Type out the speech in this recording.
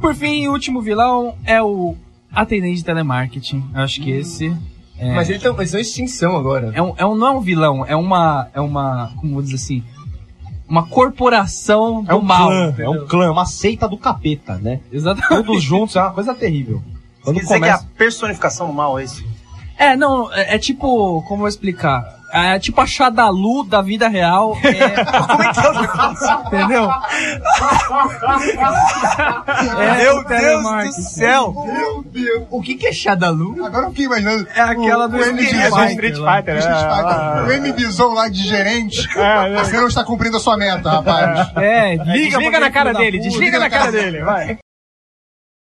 Por fim, o último vilão é o atendente de telemarketing. Eu acho que esse. É, Mas eles estão em extinção agora. é um, é um- não é um vilão, é uma. É uma. Como vou dizer assim? Uma corporação do É um mal. clã, é um clã, é uma seita do capeta, né? Exatamente. Todos juntos, é uma coisa terrível. Quer Quando dizer que é começa... a personificação do mal, é isso? É, não, é, é tipo. Como eu vou explicar? É tipo a Xadalu da vida real. É, Como é que é o negócio? entendeu? É Meu o Deus do telemarketing. céu! Meu Deus. O que, que é Shadalu? Agora eu fiquei imaginando. É aquela do o N Street de Fighter. Bison. Street Fighter, Street Fighter. né? O M Bison lá de gerente. É, né? Você não está cumprindo a sua meta, rapaz. É, Liga, desliga na cara dele, desliga. desliga na cara dele, vai.